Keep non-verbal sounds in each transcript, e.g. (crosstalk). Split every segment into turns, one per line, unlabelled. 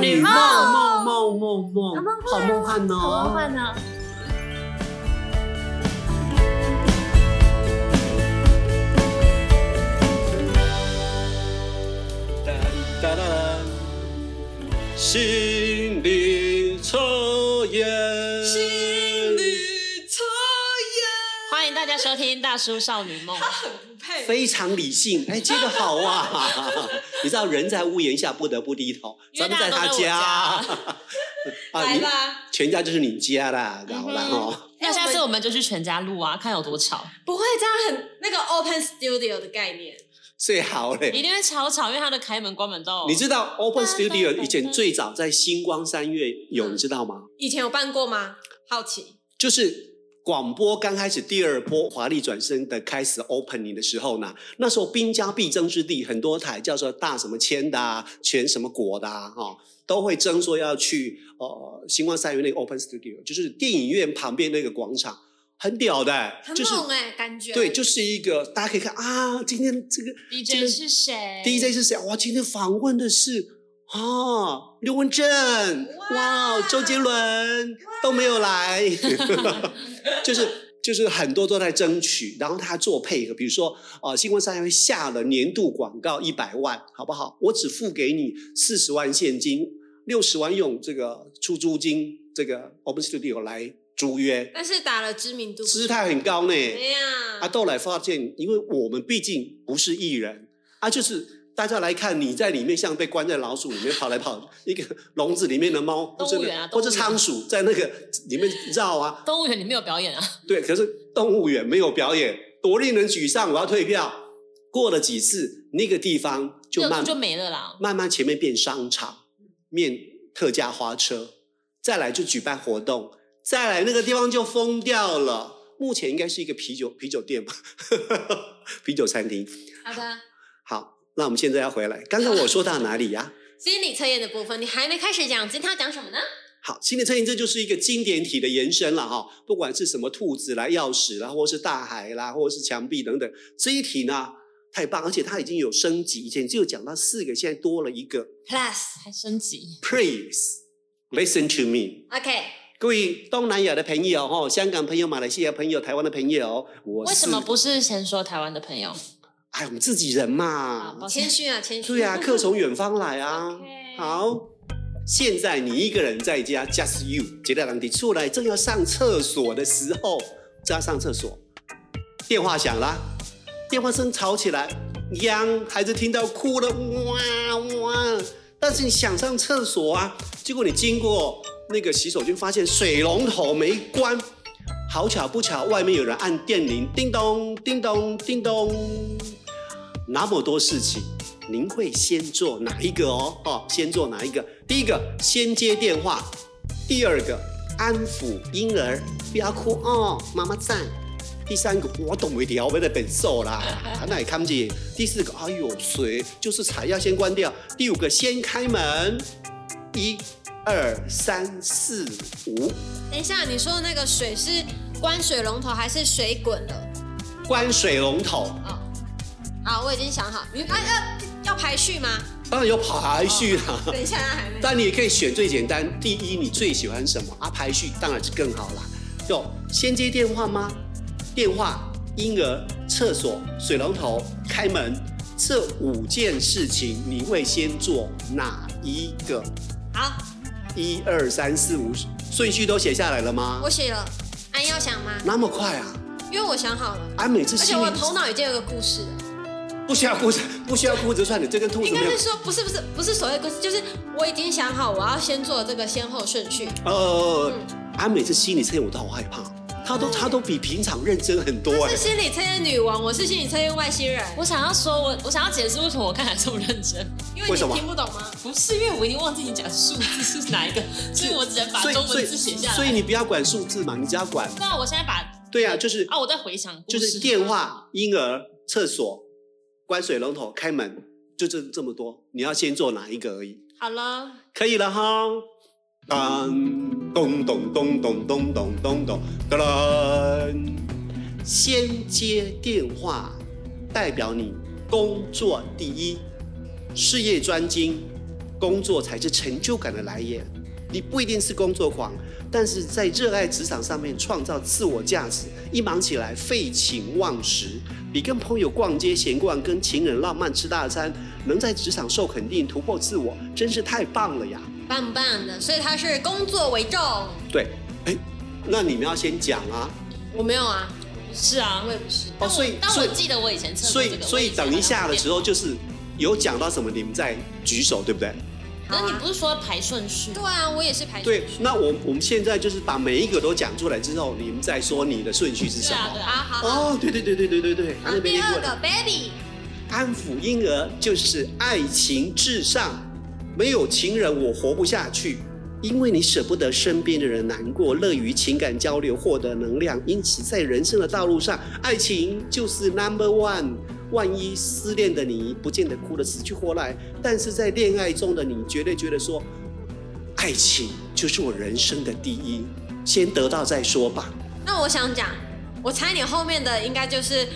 女梦
梦
梦梦梦梦，好梦幻
好梦
哦！
幻呢。
哒哒哒哒，心理测验，心理测
欢迎大家收听《大叔少女梦》，
非常理性，哎，接的好 (laughs) 啊！你知道人在屋檐下不得不低头，
因为
咱们在他
大家都在我家
啊，你
吧，
全家就是你家啦，然后啦
嗯哼
哦，
那下次我们就去全家录啊，看有多吵，
不会这样很那个 open studio 的概念，
最好嘞。
一定会超吵，因为它的开门关门都
你知道 Open
噔噔
Studio
噔
以前最早在星光三月有，
嗯
你知道吗？
以前有办过吗？好奇，
就是广播刚开始第二波华丽转身的开始 opening 的时候呢，那时候兵家必争之地，很多台叫做大什么千的啊，全什么国的啊，哈、都会争说要去呃星光三月那个 Open Studio，就是电影院旁边那个广场，很屌的、
很
就是
猛哎、感觉
对，就是一个大家可以看啊，今天这个
DJ 是谁
DJ 是谁？哇，今天访问的是啊，刘文正，哇，周杰伦都没有来，就是就是很多都在争取，然后他做配合，比如说呃，新闻三会下了年度广告一百万，好不好？我只付给你四十万现金，六十万用这个出租金，这个 Open Studio 来租约，
但是打了知名度，
姿态很高呢。
哎呀，
啊，后来发现，因为我们毕竟不是艺人啊，就是大家来看你在里面像被关在老鼠里面跑来跑去，一个笼子里面的猫，或
动
者
物园啊
或者
动物园
仓鼠在那个里面绕啊，
动物园里面有表演啊，
对，可是动物园没有表演，多令人沮丧！我要退票。过了几次，那个地方就
热
慢
度就没了啦。
慢慢前面变商场，面特价花车，再来就举办活动，再来那个地方就疯掉了。目前应该是一个啤酒啤酒店吧， (laughs) 啤酒餐厅。
好的，
好，那我们现在要回来，刚刚我说到哪里呀、
心理测验的部分你还没开始讲，今天要讲什么呢？
好，心理测验这就是一个经典体的延伸了哈，不管是什么兔子啦、钥匙啦，或是大海啦，或是墙壁等等，这一题呢太棒，而且它已经有升级，以前只有讲到四个，现在多了一个。
Plus，OK，、
还升级，
Please listen to me，各位东南亚的朋友哈，香港朋友、马来西亚朋友、台湾的朋友，我是
为什么不是先说台湾的朋友？
哎，我们自己人
啊
嘛
抱，歉
谦虚啊，谦虚。
对啊，客从远方来啊。
OK
好，现在你一个人在家，just you，杰大郎你出来正要上厕所的时候，正要上厕所，电话响啦，电话声吵起来，央孩子听到哭了，哇哇！但是你想上厕所啊，结果你经过那个洗手间，发现水龙头没关。好巧不巧，外面有人按电铃，叮咚叮咚叮咚。那么多事情，您会先做哪一个哦？哦，先做哪一个？第一个先接电话，第二个安抚婴儿，不要哭哦，妈妈在。第三个我懂一条，我在本寿啦，啊那也看不见。第四个，哎呦，水就是茶要先关掉。第五个，先开门，一、二、三、四、五，
等一下，你说的那个水是关水龙头还是水滚了？
关水龙头。
哦，好，我已经想好，你啊要要排序
(laughs)
吗？
当然有排序啦。
等一下，他还没。
但你也可以选最简单，第一你最喜欢什么啊？排序当然是更好啦。有先接电话吗？电话、婴儿、厕所、水龙头、开门，这五件事情你会先做哪一个？
好，
一二三四五，顺序都写下来了吗
我？写了。安要想吗？
那么快啊！
因为我想好了，
啊，每次
而且
心
我
里
头脑已经有个故事了。
不需要哭着，不需要哭着算了，这跟兔子
应该
没有
是。说不是不是不是所谓故事，就是我已经想好我要先做这个先后顺序。
呃
嗯，
啊，每次心理测验我都好害怕，他都他都比平常认真很多哎、
是心理测验女王，我是心理测验外星人，
我想要说，我我想要解释为什么我看起来这么认
(laughs)
真，
因为
为什么
你听不懂吗？
不是因为我已经忘记你讲数字是哪一个，所以我只能
(laughs)
把
所以
中
所
文
以
字写下来。
所以你不要管数字嘛，你只要管
那我现在把
对啊，就是
啊，我在回想故
就
事
是电话、婴儿、厕所、关水龙头、开门，就这这么多。你要先做哪一个而已，
好了，
可以了哈。当咚咚咚咚咚咚咚咚，当啷！先接电话，代表你工作第一，事业专精，工作才是成就感的来源。你不一定是工作狂，但是在热爱职场上面创造自我价值，一忙起来废寝忘食，比跟朋友逛街闲逛、跟情人浪漫吃大餐，能在职场受肯定、突破自我，真是太棒了呀！
棒棒的，所以他是工作为重。
对，哎，那你们要先讲啊。
我没有啊，
是啊
我，也不是。
哦，所以
但我
所以
但我记得我以前测过
所
这
以
个
所以等一下的时，
我
候就是有讲到什么，你们再举手，对不对？
以前好像有点那你不是说排顺序？
对啊，我也是排除
对，那我我们现在就是把每一个都讲出来之后，你们再说你的顺序是什
对啊，对
么。
好
啊。
好好。
哦，对对对对对对对，他
好
那边
第
念
二
过的
个 baby，
安抚婴儿就是爱情至上，没有情人我活不下去。因为你舍不得身边的人难过，乐于情感交流，获得能量，因此在人生的道路上，爱情就是 number one。万一失恋的你不见得哭得死去活来，但是在恋爱中的你绝对觉得说，爱情就是我人生的第一，先得到再说吧。
那我想讲，我猜你后面的应该就是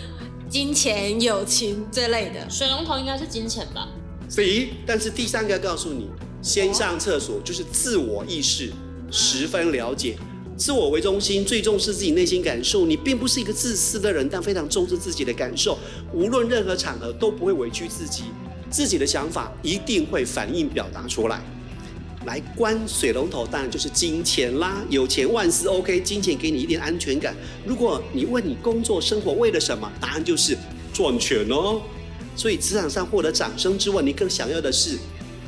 金钱、友情这类的。
水龙头应该是金钱吧？
肥，但是第三个告诉你，先上厕所就是自我意识十分了解，自我为中心，最重视自己内心感受。你并不是一个自私的人，但非常重视自己的感受，无论任何场合都不会委屈自己，自己的想法一定会反应表达出来。来关水龙头，当然就是金钱啦。有钱万事 OK，金钱给你一点安全感。如果你问你工作生活为了什么，答案就是赚钱哦。所以职场上获得掌声之外，你更想要的是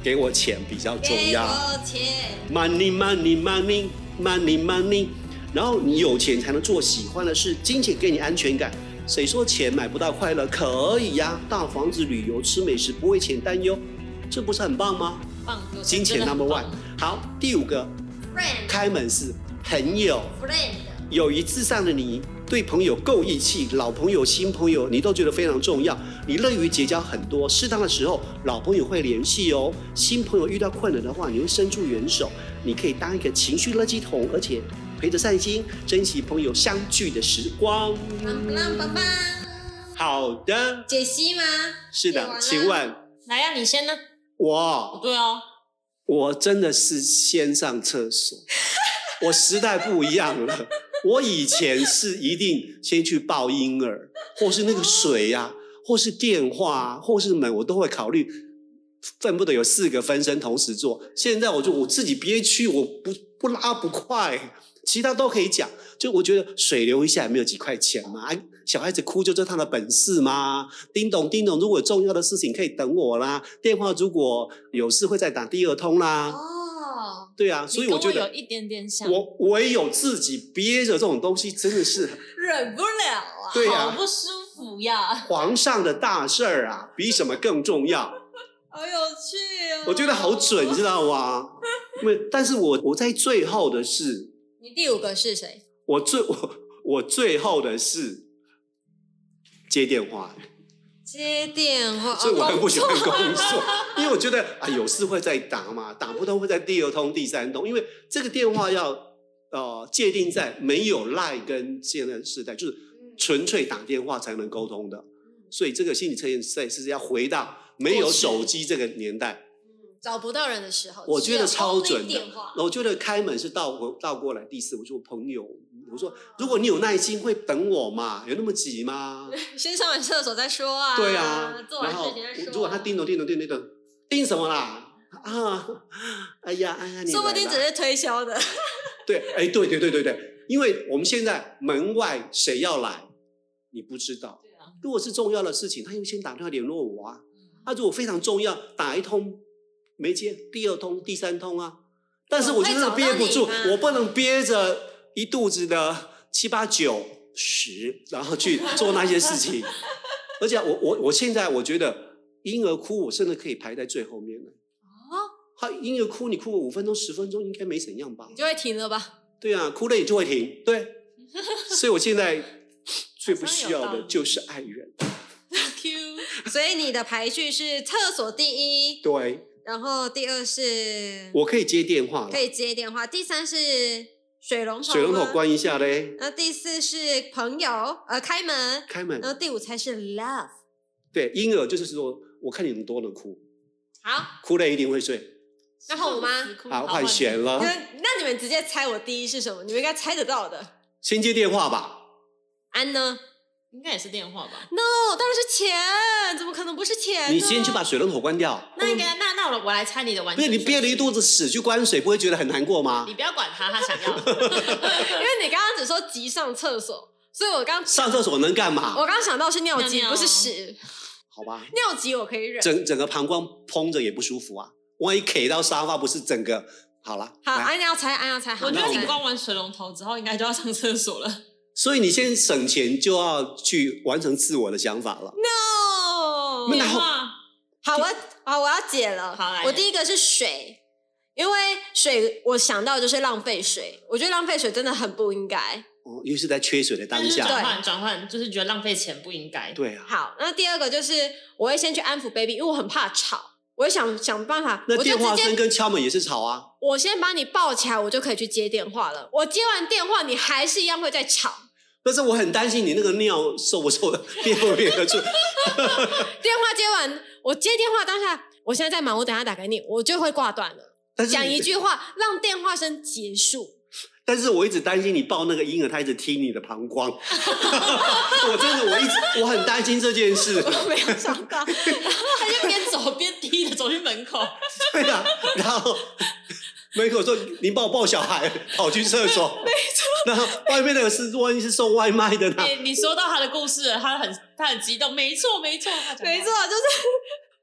给我钱比较重要。
给我钱。
Money, money, money, money, money。然后你有钱才能做喜欢的事，金钱给你安全感。谁说钱买不到快乐？可以呀、大房子、旅游、吃美食，不为钱担忧，这不是很棒吗？
棒，有
金钱
真的
number
很
one
棒。
好，第五个
friend
开门是朋友，
friend，
友谊至上的你，对朋友够义气，老朋友、新朋友你都觉得非常重要。你乐于结交很多，适当的时候老朋友会联系哦，新朋友遇到困难的话，你会伸出援手。你可以当一个情绪垃圾桶，而且陪着善心，珍惜朋友相聚的时光。
棒棒棒棒。
好的，
解析吗？
是
解完
的，
了
请问
来呀，你先呢？
我
对啊，
我真的是先上厕所，我时代不一样了。我以前是一定先去抱婴儿，或是那个水呀、或是电话、啊，或是门，我都会考虑，恨不得有四个分身同时做。现在我就我自己憋屈，我不不拉不快，其他都可以讲。就我觉得水流一下也没有几块钱嘛，啊小孩子哭就是他的本事嘛。叮咚叮咚，如果有重要的事情可以等我啦，电话如果有事会再打第二通啦。
哦，
对啊，所以我觉
你跟我有
得
一点点像，
我唯有自己憋着这种东西，真的是
忍不了啊。
对
好
啊，
不舒服呀。
皇上的大事儿啊，比什么更重要。
好有趣哦。
我觉得好准，你知道吗？没，但是我我在最后的是，
你第五个是谁？
我最我我最后的是接电话，
接电话。
所以我
哦
很不喜欢工
工作
作， (laughs) 因为我觉得啊，有事会再打嘛，打不通会在第二通、第三通，因为这个电话要呃界定在没有赖跟现在的时代，就是
嗯
纯粹打电话才能沟通的，所以这个心理测验赛是要回到没有
过去
手机这个年代。
找不到人的时候，
我觉得超准
只有
的
空力电话。
我觉得开门是倒过倒过来第四，我说朋友，我
哦
说如果你有耐心，会等我嘛？有那么急吗？
先上完厕所再说啊。
对啊，
做完
然后
事情再说啊。
如果他叮咚叮咚叮咚叮咚，叮什么啦？啊， (laughs) 哎呀哎呀，你
说不
来
定
啦
只是推销的。
对，哎，对对对对对，因为我们现在门外谁要来，你不知道。
对啊，
如果是重要的事情，他优先打电话联络我啊。
嗯
那、如果非常重要，打一通没接，第二通、第三通啊。但是我就真的憋不住
我会找到，你吗
我不能憋着一肚子的七八九十，然后去做那些事
(laughs)
情。而且啊我我我现在我觉得婴儿哭，我甚至可以排在最后面了。
哦
他婴儿哭，你哭个五分钟、十分钟，应该没怎样吧
你？就会停了吧？
对啊，哭了也就会停。对，所以我现在最不需要的就是爱人。
Q
所以你的排序是厕所第一，
对。
然后第二是
我可以接电话了
可以接电话，第三是水龙头，
水龙头，关一下嘞，
然后第四是朋友，呃，开门，
开门
然。后第五才是 love。
对，婴儿就是说，我看你们多能哭，
好，
哭了一定会睡。
然后我妈
祝福
啊，换选了
你，嗯们那你们直接猜我第一是什么？你们应该猜得到的。
先接电话吧。
安呢
应该也是电话吧？
？No，当然是钱，怎么可能不是钱呢？
你先去把水龙头关掉。
那应该那那我我来猜你的完
不
整
是嗯
顺
你
序。
憋了一肚子屎去关水，不会觉得很难过吗
你？不要管他，他
(laughs)
想要的
因为你刚刚只说急上厕所，所以我刚
上厕所能干嘛？
我刚想到是尿急，
尿尿
不是屎。
好吧，
尿急我可以忍。
整整个膀胱嘭着也不舒服啊，万一 K 到沙发，不是整个好了？
好，哎
来
安要猜，安要猜。好
我觉
那
得
我
你
们
关完水龙头之后，应该就要上厕所了。
所以你先省钱，就要去完成自我的想法了。
No，
那
电话
哦好，我好，我要解了。
好来
我第一个是水，因为水我想到就是浪费水，我觉得浪费水真的很不应该。
哦，又是在缺水的当
但是
下。
转换转换，就是觉得浪费钱不应该。
对啊，
好，那第二个就是我会先去安抚 baby，因为我很怕吵，我会想想办法，
那
我就
电话
直
声
接
跟敲门也是吵啊。
我先把你抱起来，我就可以去接电话了。我接完电话，你还是一样会在吵。
但是我很担心你那个尿受不 (laughs) 受的憋不憋得住。
电话接完，我接电话当下，我现在在忙，我等一下打给你，我就会挂断了。
但是
讲
你
一，句话，让电话声结束。
但是我一直担心你抱那个婴儿，他一直踢你的膀胱。 (laughs) 我真的，我一直我很担心这件事。
我没有想到，
他就边走边低着走去门口，
对啊，然后门口说你帮我抱小孩，跑去厕所。没错。然后外面那个是万一是送外卖的呢？
(laughs) 你你说到他的故事了，他很他很激动，没错没错，他讲话
没错，就是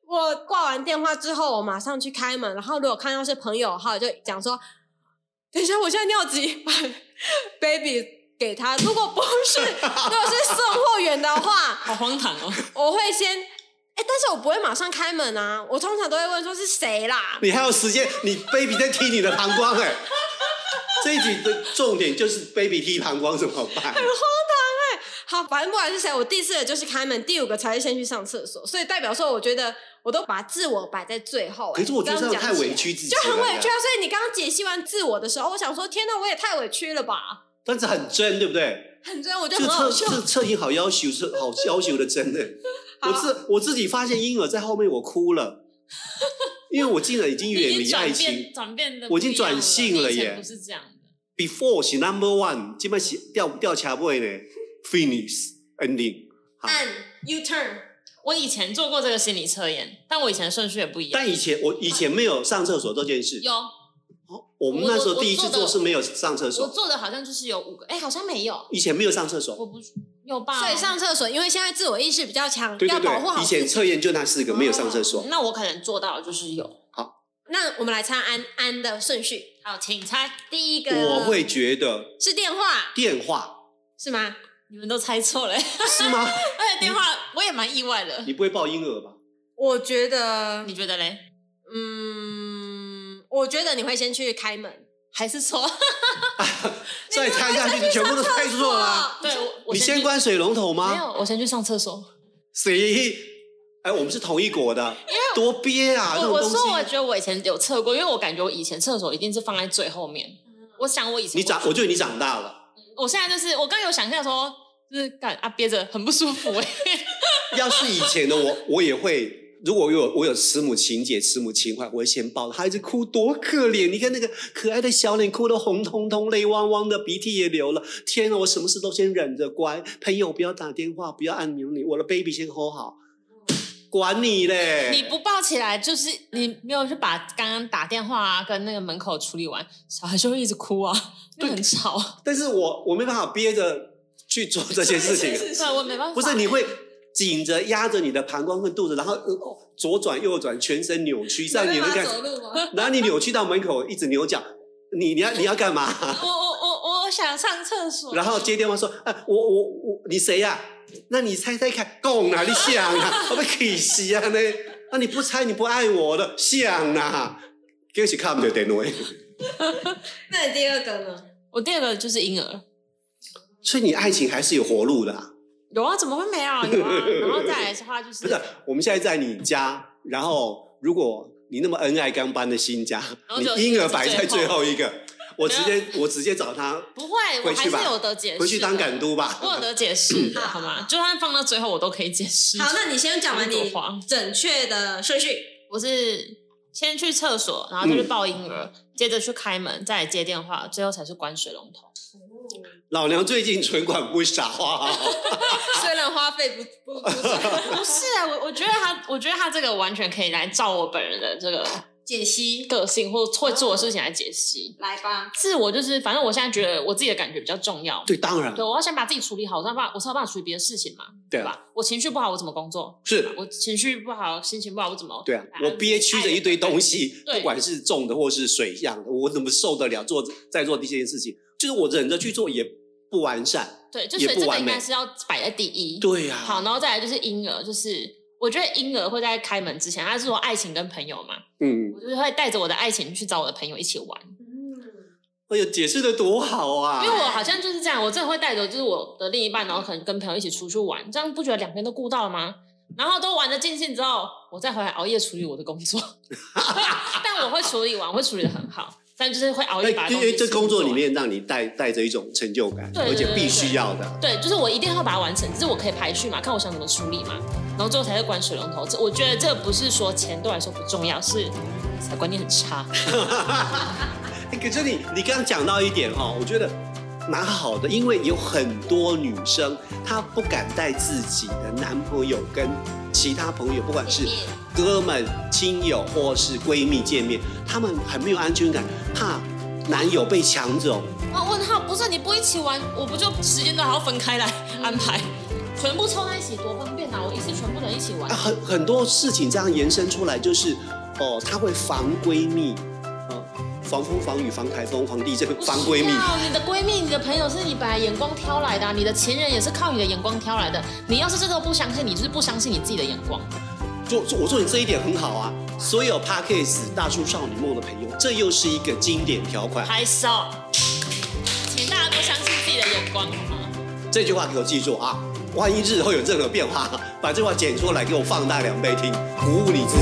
我挂完电话之后，我马上去开门，然后如果看到是朋友的话，我就讲说：“等一下，我现在尿急，把 (laughs) baby 给他。”如果不 (laughs) 是，如果是送货员的话，
好荒唐哦。
我会先哎、但是我不会马上开门啊，我通常都会问说是谁啦。
你还有时间？你 baby 在踢你的膀胱哎、这一集的重点就是 baby 踢膀胱怎么
哎
办？
好，反正不管是谁，我第四个就是开门，第五个才是先去上厕所，所以代表说，我觉得我都把自我摆在最后、哎
可是我觉得这
刚
样
刚
太
讲起来
委屈自己
就
了，
很委屈啊！所以你刚刚解析完自我的时候，我想说，天哪，我也太委屈了吧！
但是很真，对不对？
(laughs) 很真，我觉
这
得
个
很好
测
笑
这。个测影好要求，是好要求的
(laughs)
真的。我自我自己发现婴儿在后面，我哭了，因为我竟然已经
你
远
已
离
经
爱
转
情
变。转变的，
我已经转性了
了
耶
你以前不是这样的，
Before 是 number one，基本是掉掉卡位呢，finish
(laughs)
ending。好
按 U turn，
我以前做过这个心理测验，但我以前顺序也不一样。
但以前我以前没有上厕所这件事，
有
哦我们那时候第一次做是没有上厕
我
所，
做的好像就是有五个，哎，好像没有，
以前没有上厕所，
我不有吧？
所以上厕所，因为现在自我意识比较强，
对对
要保护
对，
好
以
自
前
己。啊
测验就那四个没有上厕所。
那我可能做到的就是有。
那我们来猜安安的顺序，
好，请猜，
第一个
我会觉得
是电话
电话
是吗？
你们都猜错了， (laughs) 而
是吗？
且电话我也蛮意外的。
你不会抱婴儿吧？
我觉得
你，觉得嘞？
嗯，我觉得你会先去开门。
还是错？
再猜下去，你全部都猜错了
(laughs)
啊。
对，我我
你
去
先关水龙头
没
吗？
有，我先去上厕所。
谁？哎，我们是同一国的，多憋啊！这
我
种
我
东
说，我
西，
觉得我以前有测过，因为我感觉我以前厕所一定是放在最后面。我想我以前
你长，我觉得你长大了，
我现在就是我刚有想象说，就是感啊憋着很不舒服
(laughs)
哎、
要是以前的我，我也会。如果我有我有慈母情节、慈母情怀，我会先抱着孩子哭，多可怜！你看那个可爱的小脸，哭得红彤彤、泪汪汪的，鼻涕也流了。天啊，我什么事都先忍着乖。朋友不要打电话，不要按钮你，我的 baby 先 hold 好，管你嘞！
你不抱起来，就是你没有去把刚刚打电话啊跟那个门口处理完，小孩就会一直哭啊，就很吵。
但是我我没办法憋着去做这些事情，
(laughs)
对，我没办法。
不是你会紧着压着你的膀胱跟肚子，然后、呃哦左转右转，全身扭曲，让你能
办法
干，
走路吗？ (laughs)
然后你扭曲到门口一直扭脚，你你要你要干
(laughs)
嘛？
我我我我想上厕所。
然后接电话说，啊，我我我你谁呀、那你猜猜看，供啊，你想
(laughs)
啊，我被气死啊呢？那、你不猜你不爱我了，想啊，这是看不到电话。
那你第二个呢？
我第二个就是婴儿，
所以你爱情还是有活路的啊、
有啊，怎么会没有？
(laughs)
有啊。然后再来的话就
不
是
是，啊我们现在在你家，然后如果你那么恩爱刚搬的新家
然，后
你
就
婴儿摆在最后一个，我直接我直接找他
不会，我
回
还
去吧
是有得解释的。
回去当赶督
我有
吧。
得解释的，
好
好吗？就算放到最后，我都可以解释。
好，那你先讲完
一朵
你
花
准确的顺序。
我是先去厕所，
嗯
然后再去抱婴儿，接着去开门，再来接电话，最后才是关水龙头。
老娘最近存款不少
(laughs)
啊，
虽然花费不不不少，
不是啊，我我觉得他，我觉得他这个完全可以来照我本人的这个
解析
个性或会做的事情来解析。
来吧，
自我就是，反正我现在觉得我自己的感觉比较重要。
对，当然
对，我要先把自己处理好，我才有办法，我才有办法处理别的事情嘛，
对
对
啊，
吧？我情绪不好，我怎么工作？
是的，
我情绪不好，心情不好，我怎么？
对啊，我憋屈着一堆东西，
哎对
不管是重的或是水样的，我怎么受得了做在做这件事情？就是我忍着去做也不完善，
对，就
也
所以
不
这个
完
应
美
该是要摆在第一。
对啊呀、
好，然后再来就是婴儿，就是我觉得婴儿会在开门之前，他是说爱情跟朋友嘛，
嗯，
我就是会带着我的爱情去找我的朋友一起玩，
哎呦，解释的多好啊
因为！我好像就是这样，我真的会带着就是我的另一半，然后可能跟朋友一起出去玩，这样不觉得两边都顾到了吗？然后都玩的尽兴之后，我再回来熬夜处理我的工作， (laughs) 但我会处理完，我会处理的很好，但就是会熬夜把
哎那因
东西
为这工作
处
里
理完
面让你带带着一种成就感，
欸对对
而且
对
必
对
须要的。
对，就是我一定要把它完成，只是我可以排序嘛，看我想怎么处理嘛，然后最后才是关水龙头。这我觉得这不是说钱对我来说不重要，是观念很差。
哎可是你你刚刚讲到一点哈、哦，我觉得蛮好的，因为有很多女生她不敢带自己的男朋友跟其他朋友，不管是哥们、亲友或是闺蜜见面，她们很没有安全感，怕男友被抢走。
啊，问号，不是你不一起玩，我不就时间都还要分开来安排，全部凑在一起多方便啊！我一次全部人一起玩
啊，，很很多事情这样延伸出来，就是哦，她会防闺蜜，哦，防风、防雨、防台风、防地震、防闺蜜
不需。要你的闺蜜、你的朋友是你本来眼光挑来的、啊，你的情人也是靠你的眼光挑来的。你要是这都不相信，你就是不相信你自己的眼光。
就就我说你这一点很好啊。所有 Parkes 大叔少女梦的朋友，这又是一个经典条款。
拍手，请大家多相信自己的眼光，好吗？
这句话给我记住啊！万一日后有任何变化，把这句话剪出来给我放大两倍听，鼓舞你自己。